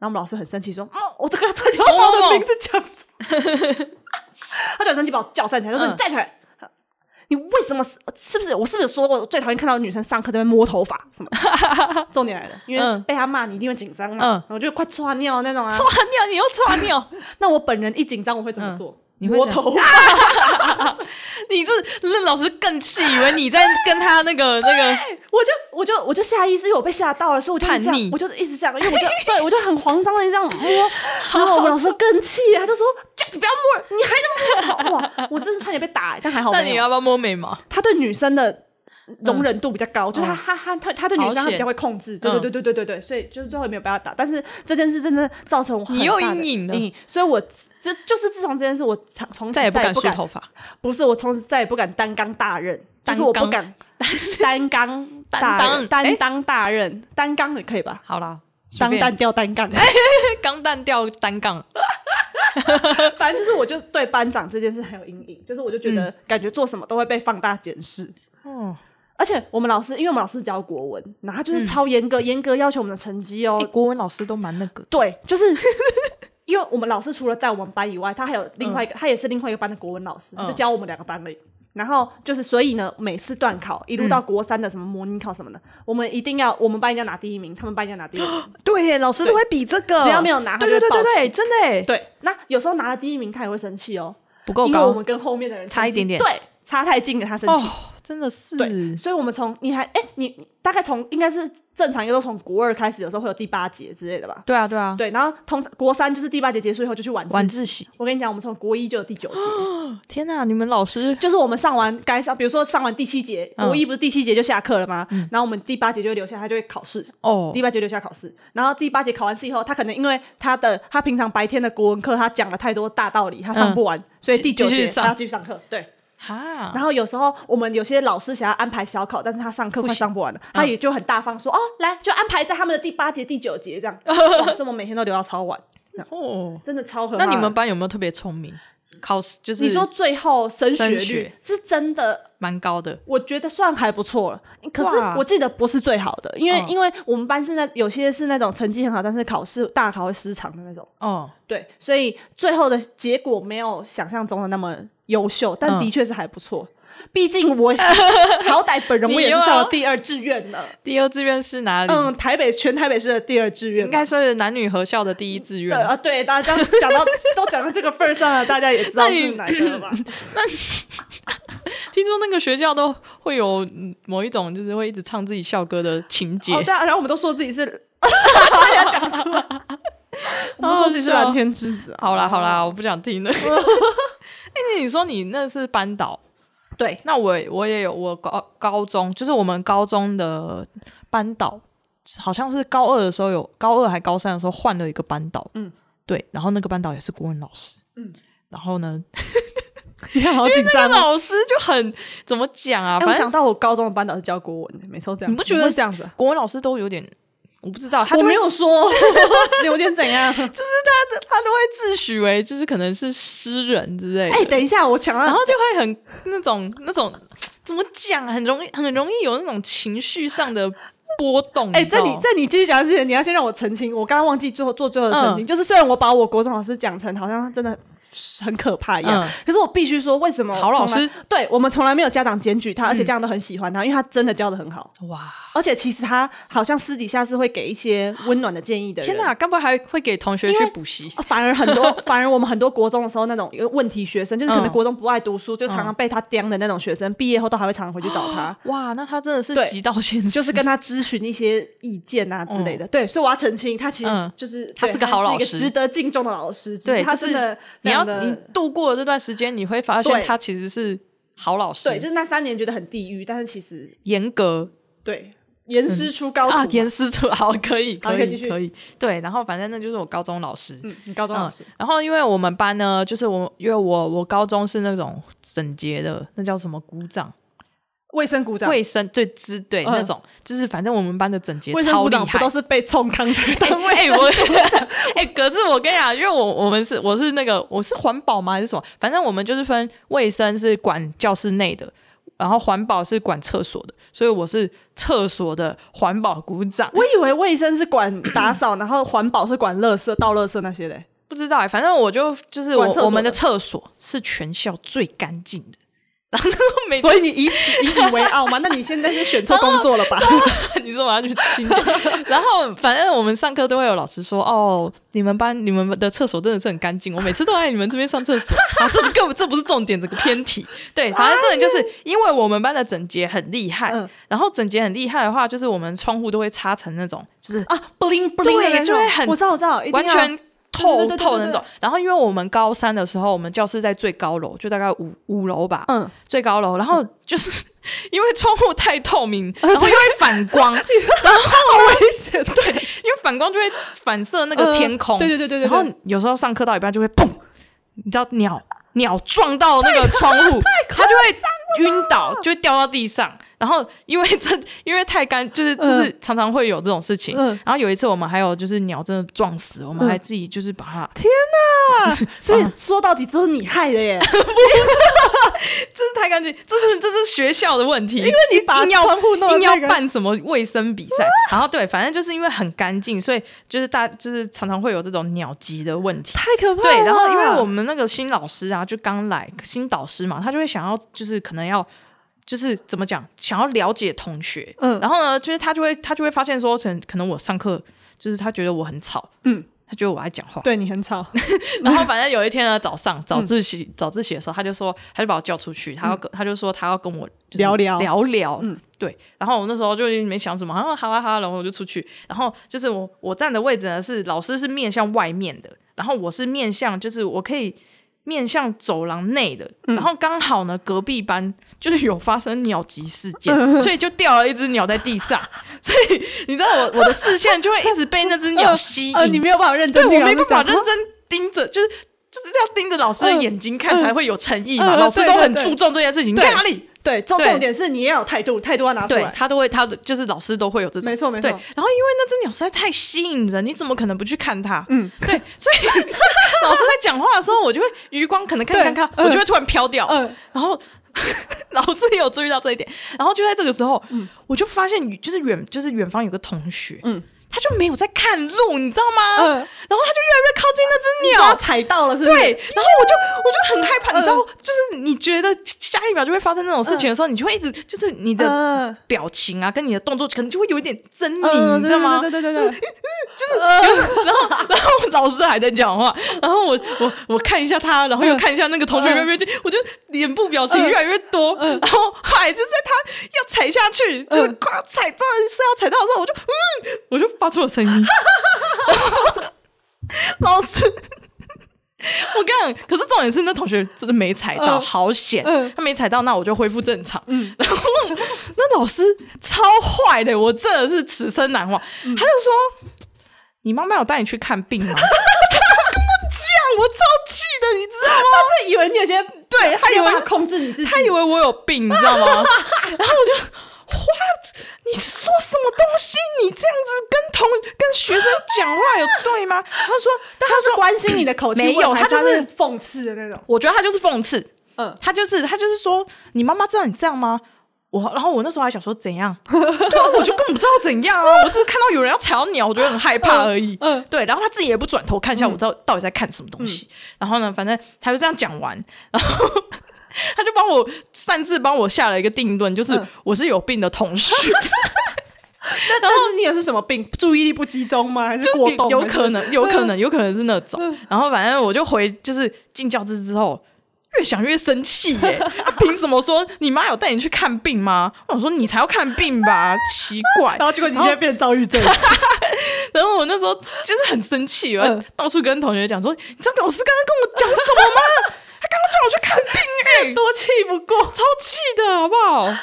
然后我们老师很生气说：“哦，我这个这个就要把我的名字讲错。”他就很生气把我叫站起来，他说：“嗯你站起来！你为什么是是不是我是不是说过我最讨厌看到女生上课在那边摸头发什么的？” <laughs> 重点来了，因为嗯被他骂你一定会紧张嘛，嗯然后就快唰尿那种啊。刷尿，你又刷尿，那我本人一紧张我会怎么做？嗯你会摸怎头发。你这那老师更气，以为你在跟他那个那个，我就我就我就下意识，因为我被吓到了，所以我就一直叛这样逆，我就一直这样，因为我就 <laughs> 对我就很慌张的这样摸，然后我们老师更气啊了，他就说：“这样子不要摸了，你还在那么摸什么？”哇，我 <laughs> 真是差点被打、欸但还好那你没有。要不要摸眉毛？他对女生的容忍度比较高，就是他他他他他对女生嗯好他险比较会控制，对对嗯对对对对对，所以就是最后也没有被他打，但是这件事真的造成我很你又大的阴影了阴影，所以我就就是自从这件事，我从从此再也不不敢梳敢头发，不是，我从此再也不敢担纲大任，担纲但是我不敢 <laughs> 担纲大任担当担当大任，担纲也可以吧？好啦，当随便担掉单杠，钢弹掉单杠， <laughs> 反正就是我就对班长这件事很有阴影，就是我就觉得感觉做什么都会被放大检视。哦，而且我们老师，因为我们老师教国文，然后他就是超严格，严格要求我们的成绩哦。哎国文老师都蛮那个，对，就是 <laughs> 因为我们老师除了带我们班以外，他还有另外一个，他也是另外一个班的国文老师，他就嗯教我们两个班而已。然后就是，所以呢，每次段考一嗯路到国三的什么模拟考什么的，我们一定要，我们班一定要拿第一名，他们班一定要拿第二名。对耶，老师都会比这个，只要没有拿他对就会哦对对对报对，真的耶，对，那有时候拿了第一名，他也会生气哦，不够因为我高们跟后面的人差一生气点点对，差太近了，他生气。哦，真的是，对，所以我们从你还哎、你你大概从应该是正常，应该都从国二开始，有时候会有第八节之类的吧。对啊对啊，对，然后通常国三就是第八节结束以后就去晚自晚习。自习，我跟你讲，我们从国一就有第九节， <gasps> 天哪，你们老师就是我们上完该上，比如说上完第七节，嗯国一不是第七节就下课了吗？然后我们第八节就会留下，他就会考试。哦第八节留下考试，然后第八节考完试以后，他可能因为他的他平常白天的国文课他讲了太多大道理，他上不完，所以第九嗯继续节上啊他要继续上课。对，哈，然后有时候我们有些老师想要安排小考，但是他上课快上不完了，啊他也就很大方说：“哦，来就安排在他们的第八节、第九节 <laughs> 这样。”哇，所以我们每天都留到超晚，哦，真的超可怕那的。你们班有没有特别聪明？考试就是你说最后升学升率学是真的蛮高的，我觉得算还不错了，可是哇我记得不是最好的，因为、嗯因为我们班是那有些是那种成绩很好，但是考试大考会失常的那种，哦，对，所以最后的结果没有想象中的那么优秀，但嗯的确是还不错。毕竟 <laughs> 我好歹本人我你也是又上要了第二志愿的，第二志愿是哪里？嗯，台北全台北市的第二志愿应吧。该说是男女合校的第一志对愿。啊，对，大家讲到 <laughs> 都讲到这个份儿上了，大家也知道那是你哪个了哦吧？听说那个学校都会有嗯某一种，就是会一直唱自己校歌的情节哦，，对啊，然后我们都说自己是， <laughs> 差点讲出来， <laughs> 我们都说自己是好好笑蓝天哦之子啊。 <laughs> 好啦好啦，我不想听了。哎、那你说你那是班导，对，那我我也有，我高高中就是我们高中的班导，好像是高二的时候有，高二还高三的时候换了一个班导，嗯嗯，对，然后那个班导也是国文老师，嗯嗯，然后呢， <laughs> 你看好紧那张个哦。老师就很怎么讲啊，哎反我正想到我高中的班导是教国文的，每次都这样，你不觉得会这样子啊？国文老师都有点。我不知道，他我就会没有 <laughs> 说有点怎样。他都会自诩为就是可能是诗人之类的， <laughs> 哎，等一下，我抢然到后就会很那种那种怎么讲，很容易很容易有那种情绪上的波动。哎、你知这道里这你继续讲之前，你要先让我澄清，我刚刚忘记最后做最后的澄清，嗯就是虽然我把我国中老师讲成好像真的很可怕一样，嗯可是我必须说，为什么好老从来师对我们从来没有家长检举他，而且家长都很喜欢他，因为他真的教的很好，哇，而且其实他好像私底下是会给一些温暖的建议的人。天哪，该不会还会给同学去补习？啊反而很 <laughs> 多，反而我们很多国中的时候那种有问题学生，就是可能嗯国中不爱读书，就常常被他刁的那种学生，毕业后都还会常常回去找他。哇，那他真的是对急到现实，就是跟他咨询一些意见啊之类的。对，所以我要澄清，他其实哦嗯就是、对他是个好老师他是一个值得敬重的老师。只对是他就是真的 <laughs> 你非要常的，你度过这段时间，你会发现对他其实是好老师，对，就是那三年觉得很地狱，但是其实严格对严师出高徒嘛、啊，严师出好，可以，好可可以以，继续可以，对，然后反正那就是我高中老师，嗯，你高中老师、然后因为我们班呢，就是我，因为我我高中是那种整洁的，那叫什么鼓掌、卫生股长，卫生对之对、嗯那种，就是反正我们班的整洁卫生超股厉长不害都。是被冲康才当卫哎、生？我哎、可是我跟你讲，因为我我们是我是那个我是环保吗还是什么？反正我们就是分卫生是管教室内的，然后环保是管厕所的，所以我是厕所的环保鼓掌。 <laughs> 我以为卫生是管打扫，然后环保是管垃圾、倒垃圾那些的。不知道哎、反正我就就是我管厕所的我们的厕所是全校最干净的，然后每次所以你以此以以为傲吗？那你现在是选错工作了吧？ <laughs> 你说我要去清洁，然后反正我们上课都会有老师说，哦，你们班你们的厕所真的是很干净，我每次都来你们这边上厕所。 <laughs> 啊，这不根本这不是重点，这个偏题。对，反正真的就是因为我们班的整洁很厉害，嗯然后整洁很厉害的话，就是我们窗户都会擦成那种就是 <laughs> 啊，bling bling 的对那种就会很我知道，我知道，一定完要全透对对对对对透的那对种。然后因为我们高三的时候，我们教室在最高楼，就大概五五楼吧，嗯，最高楼，然后就是 <laughs> 因为窗户太透明，哦然后又会反光， <laughs> 然后危险，对，因为反光就会反射那个天空，呃对对对对对然后有时候上课到一半就会砰，你知道鸟鸟撞到那个窗 <laughs> 户，它就会晕倒，就会掉到地上。然后因为这 <laughs> 因为太干，就是就是常常会有这种事情。嗯然后有一次我们还有就是鸟真的撞死，我们还自己就是把它，啊 <laughs> 就是所以说到底都是你害的耶，这是太干净，这是这是学校的问题，因为你把硬要窗户弄得硬要那个办什么卫生比赛，然后对，反正就是因为很干净，所以就是大就是常常会有这种鸟集的问题。 <laughs> 太可怕了。对，然后因为我们那个新老师啊，就刚来新导师嘛，他就会想要就是可能要就是怎么讲，想要了解同学，嗯然后呢，就是他就会他就会发现说，可能可能我上课就是他觉得我很吵，嗯，他觉得我爱讲话，对你很 <laughs> 吵，然后反正有一天呢，早嗯上早自习、早自习的时候，他就说，他就把我叫出去，他要跟、他就说他要跟我就是聊聊聊聊，嗯嗯，对。然后我那时候就没想什么，然后好啊好啊，然后我就出去。然后就是我我站的位置呢是老师是面向外面的，然后我是面向就是我可以。面向走廊内的，嗯然后刚好呢，隔壁班就是有发生鸟击事 <laughs> 件，所以就掉了一只鸟在地上，所以你知道我我的视线就会一直被那只鸟 <laughs> 吸引，呃，你没有办法认真对听我老师没讲办话，法认真盯着，就是就是要盯着老师的眼睛看才会有诚意嘛。嗯嗯嗯老师对都对很对注重这件事情，你对看哪里？ <laughs> 对，重对重点是你也要有态度，态度要拿出对来。他都会，他的就是老师都会有这种没。错没对，错然后，因为那只鸟实在太吸引人，你怎么可能不去看它？嗯， <laughs> 对，所 <laughs> 以老师在讲话的时候，我就会余光可能看看看，对嗯我就会突然飘掉，嗯，然后 <laughs> 老师也有注意到这一点，然后就在这个时候，我就发现就是远就是远方有个同学，嗯他就没有在看路，你知道吗？嗯然后他就越来越靠近那你只说鸟要，踩到了是不是？对，然后我就我就很害怕，你嗯知道，就是你觉得下一秒就会发生那种事情的时候，你就会一直就是你的嗯，表情啊，跟你的动作可能就会有一点狰狞，嗯你知道吗？嗯对对对对嗯对，然后 <laughs> 老师还在讲话，然后我我我看一下他，然后又看一下那个同学嗯越来越近，我就脸部表情越来越多，然后后来就在他要踩下去，就是嗯快要踩，真的是要踩到的时候，我就嗯，我就发出了声音，然后老师。 <laughs> 我跟你讲，可是重点是那同学真的没踩嗯到，好险！他没踩到，那我就恢复正常。然后 <laughs> 那老师超坏的，我真的是此生难忘。嗯他就说：“你妈妈有带你去看病 <laughs> 吗？”他这么讲，我超气的，你知道 <laughs> 吗？他是以为你有些对他以为控制你自己，他以为我有病，你知道吗？ <laughs> 然后我就，what？你是说什么东西？你这样子跟同跟学生讲话有对吗？他说，但他是关心你的口气，没有问还他就是是讽刺的那种。 <clears throat> 我觉得他就是讽刺，嗯，他就是他就是说，你妈妈知道你这样吗？我然后我那时候还想说怎样， <laughs> 对啊，我就根本不知道怎样啊，我只是看到有人要踩到鸟，我觉得很害怕而已。嗯嗯嗯对，然后他自己也不转头看一下，我知道到底在看什么东西。然后呢，反正他就这样讲完， <laughs> 然后他就帮我擅自帮我下了一个定论，就是嗯我是有病的同事。那但是你也是什么病？注意力不集中吗？还是 <laughs> 过就动？有还是嗯可能，有可能，有可能是那种。然后反正我就回，就是进教室之后，越想越生气耶、 <laughs> 啊凭什么说你妈有带你去看病吗？我想说你才要看病吧，奇怪。然后结果你现在变躁郁症，然后我那时候就是很生气，我嗯到处跟同学讲说，你知道老师刚刚跟我讲什么吗？他刚刚叫我去 <laughs> 看病、欸，多气不过。超气的好不好？ <laughs>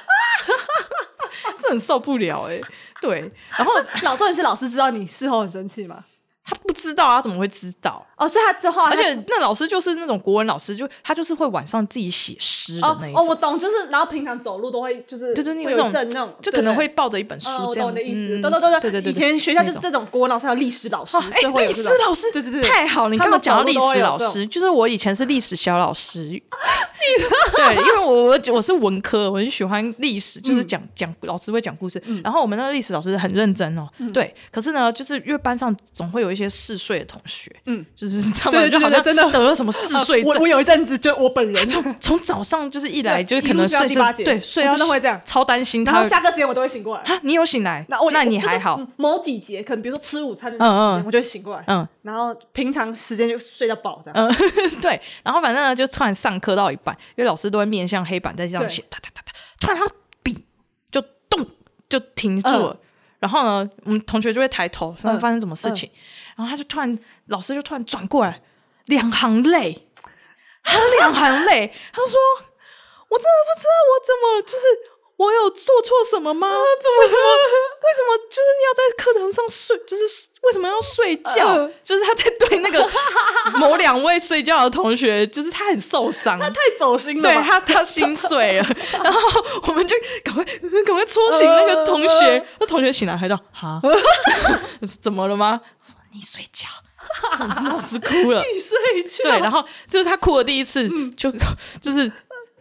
这很受不了哎、对，然后老重点是老师知道你事后很生气吗？他不知道啊，他怎么会知道？哦，所以他之后，而且那老师就是那种国文老师，就他就是会晚上自己写诗的哦那一哦，种，我懂，就是然后平常走路都会就是对对，会那有种一阵那种，就对可能对会抱着一本书哦，我这样懂子。你的意嗯思，对对对对对对，以前学校就是那种这种国文老师还有历史老师，哎所以，会有历这史种老师，对对对，太好！你他刚们刚讲到走历路都会史有老这种师，就是我以前是历史小老 <laughs> 师，对，因为我我我是文科，我很喜欢历史，就是嗯讲讲老师会讲故事，然后我们那个历史老师很认真哦，嗯对，可是呢，就是因为班上总会有一些嗜睡的同学，嗯嗯，就是 <laughs> 他对们对就好对像对真的得了什么嗜呃睡症我，我有一阵子就我本人，从从早上就是一来对就是一可路能睡到睡第是八节对，睡我到真的会这样超担心然他后。下课时间我都会醒 <laughs> 过来。啊，你有醒来？那我那你就是还好？嗯某几节可能比如说吃午餐的嗯嗯时间，我就会醒过来，嗯然后平常时间就睡到饱这样。嗯， <laughs> 对。然后反正呢，就突然上课到一半，因为老师都会面向黑板在这样写，哒哒哒哒。突然他笔就动就停住了，然后呢，我们同学就会抬头，嗯发生什么事情？然后他就突然，老师就突然转过来，两行泪，他有两行泪，他就说。我真的不知道我怎么就是我有做错什么啊吗？为什么为什么就是要在课堂上睡？就是为什么要睡觉？嗯 <laughs> 就是他在对那个某两位睡觉的同学，就是他很受伤。太走心了对吧，他，他心碎 <laughs> 了，然后我们就赶快赶快戳醒那个同嗯嗯学，那同学醒来还说哈， <laughs> 我说怎么了吗？我说你睡觉， <laughs> 我们老师哭 <laughs> 了，你睡觉，对，然后就是他哭的第一次，嗯就就是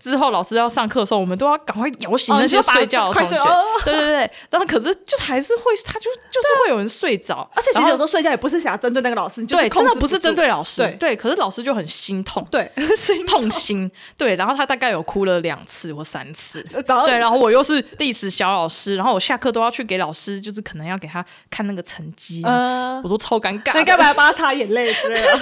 之后老师要上课的时候，我们都要赶快摇醒哦那你些就把睡觉的快同学。睡哦啊对对对，然后可是就还是会，他就就是会有人睡着，而且其然实后有时候睡觉也不是想要针对那个老师，你就是对，控真制的不是住针对老师，对可是老师就很心痛。对， <laughs> 心痛心，对，然后他大概有哭了两次或三次，呃然后对，然后我又是历史小老师，然后我下课都要去给老师，就是可能要给他看那个成绩，嗯我都超尴尬的。那干嘛要帮他擦眼泪之类的？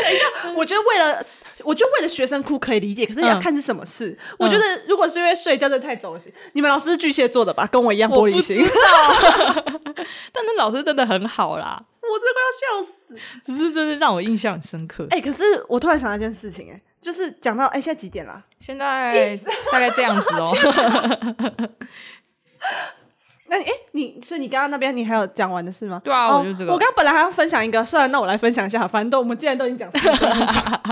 等一下，我觉得为了，我觉得为了学生哭可以理解，可是你要嗯看是什么事。我觉得如果是因为睡觉，真的太走心。你们老师是巨蟹座的吧？跟我一样 <laughs> 玻璃心，我真的 <laughs> 但那老师真的很好啦，快要笑死。只是真的让我印象很深刻。哎、可是我突然想到一件事情、哎，就是讲到哎、现在几点啦？现在大概这样子哦。那你哎、你所以你刚刚那边你还有讲完的事吗？对啊哦我就这个我刚刚本来还要分享一个，算了，那我来分享一下。反正都我们既然都已经讲四十分钟， <laughs>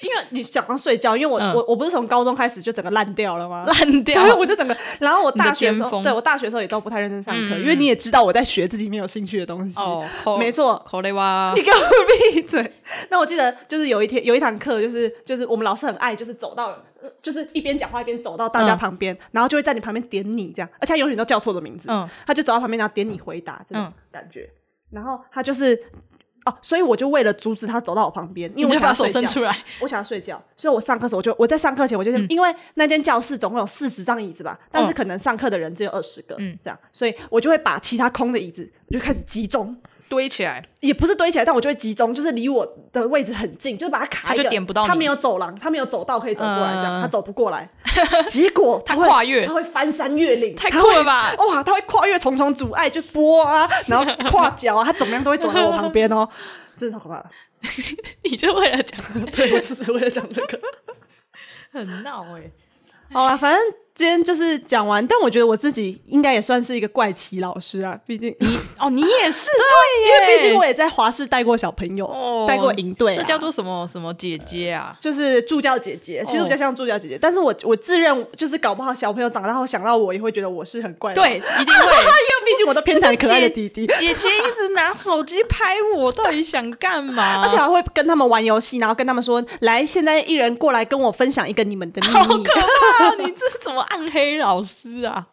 因为你讲到睡觉，因为我、嗯我我不是从高中开始就整个烂掉了吗？烂掉然后我就整个，然后我大学的你的时巅候，峰对我大学的时候也都不太认真上课，嗯因为你也知道我在学自己没有兴趣的东西。哦，没错，口雷 <laughs> 哇 <laughs> 你，给我闭嘴。 <laughs> 那我记得就是有一天有一堂课，就是就是我们老师很爱，就是走到呃就是一边讲话一边走到大家嗯旁边，然后就会在你旁边点你这样，而且他永远都叫错的名字，嗯他就走到旁边然后点你回答这种嗯感觉，然后他就是。哦，所以我就为了阻止他走到我旁边，你因为我就想把要手睡伸觉。出来，嗯我想要睡觉，所以我上课的时候，我就我在上课前我就先、因为那间教室总共有四十张椅子吧，但是可能上课的人只有二十个，嗯这样，所以我就会把其他空的椅子，我就开始集中，堆起来，也不是堆起来，但我就会集中，就是离我的位置很近，就是把它卡一个，他就点不到你他没有走廊，他没有走道可以走过来，这样、嗯他走不过来，<laughs> 结果他会他跨越他会翻山越岭，太他酷了吧？<laughs> 哇，他会跨越重重阻碍，就波啊，然后跨脚啊，他怎么样都会走到我旁边哦。真的超可怕的。 <laughs> 你就为了讲 <laughs> 对，我就是为了讲这 <laughs> 个。很闹哎、欸好啦，反正今天就是讲完，但我觉得我自己应该也算是一个怪奇老师啊，毕竟你，哦，你也是对因为毕竟我也也在华视带过小朋友，哦带过营队、啊，这叫做什么什么姐姐啊？就是助教姐姐，其实我比较像助教姐姐，但是我我自认就是搞不好小朋友长大后想到我也会觉得我是很怪的，对，一 <laughs> 定因为会。毕竟我都偏袒可爱的弟弟，姐姐一直拿手机拍我，到底想干嘛？ <laughs> <laughs> 而且还会跟他们玩游戏，然后跟他们说，来，现在一人过来跟我分享一个你们的秘 <laughs> 好密，可怕、啊！你这是怎么暗黑老师啊？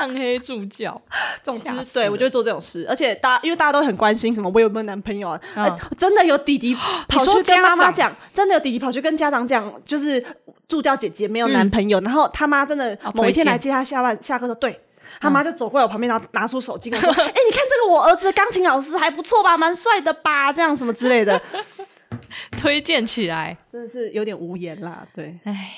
暗黑助教，总之吓，死对我人就会做这种事，而且大家因为大家都很关心什么我有没有男朋友啊，嗯呃真的有弟弟跑说去跟家妈妈长讲，真的有弟弟跑去跟家长讲，就是助教姐姐没有男朋友，然后他妈真的嗯哦某一推荐天嗯来接他下班下课的时候，对。他妈就走过来我旁边，然后拿出手机跟我说：“哎、你看这个我儿子的钢琴老师还不错吧，蛮帅的吧，这样什么之 <laughs> 类的，推荐起来。真的是有点无言啦。”对，哎，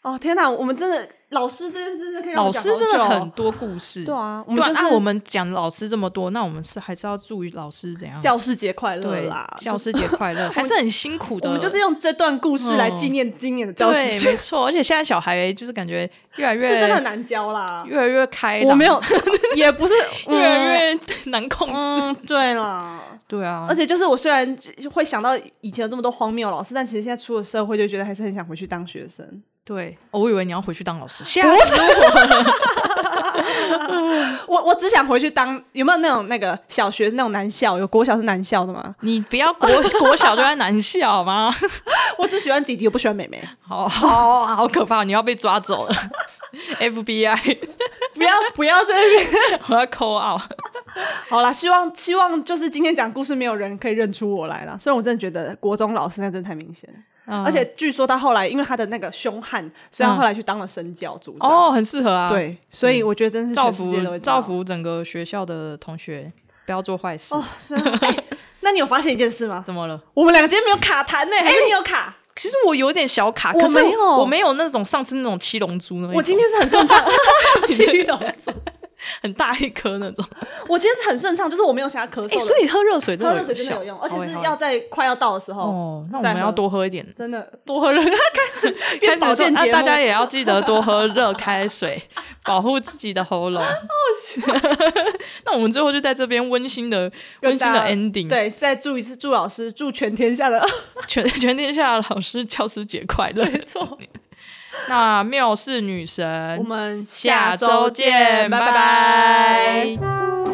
哦天哪，我们真的老师这件事真的可以让我老们讲师真的好久哦很多故事。对啊，我对啊，们就是、那我们讲老师这么多，那我们是还是要祝老师怎样？教师节快乐对啦，教师节快 <laughs> 乐，还是很辛苦的。我们就是用这段故事来纪念今年的 <laughs> 教师对，节，没错。而且现在小孩欸就是感觉越来是越真的很难教啦。越来越开朗，我没有， <laughs> 也不是越来越 <laughs> 难控制。嗯，对啦。对啊，而且就是我虽然会想到以前有这么多荒谬的老师，但其实现在出了社会，就觉得还是很想回去当学生。对、哦我以为你要回去当老师，吓死我！我我只想回去当有没有那种那个小学那种男校，有国小是男校的吗？你不要国国小就在男校好吗？ <laughs> 我只喜欢弟弟，我不喜欢妹妹。好好好可怕，你要被抓走了！FBI， <laughs> 不要不要在那边。 <laughs> 我要 call out。 <laughs> 好啦，希望希望就是今天讲故事，没有人可以认出我来啦。虽然我真的觉得国中老师那真的太明显了。嗯而且据说他后来因为他的那个凶悍，所以他后来去当了神教组长。哦，很适合啊，，对，所以我觉得真是造全世界都福会知道造。福整个学校的同学，不要做坏事。哦真的 <laughs> 哎那你有发现一件事吗？怎么了？我们两个今天没有卡痰哎呢、还是你有卡？其实我有点小卡，我可是没有我没有那种上次那种七龙珠那一种我今天是很顺 <laughs> 畅，七龙珠很大一颗那 <laughs> 种。我今天是很顺畅，就是我没有想要咳嗽哎、的、所以喝热水真喝的热水真的效有用，而且是好欸要在快要到的时候。好欸哦，那我再们喝要多喝一点。真的多喝热， <laughs> 开始变保说健啊节目、大家也要记得多喝热开水， <laughs> 保护自己的喉 <laughs> 咙。那我们最后就在这边温馨的温馨的 ending，，对，再祝一次祝老师，祝全天下的全 <laughs> 全天下的老师教师节快乐。没错， <laughs> 那妙是女我神，们下周见，拜拜拜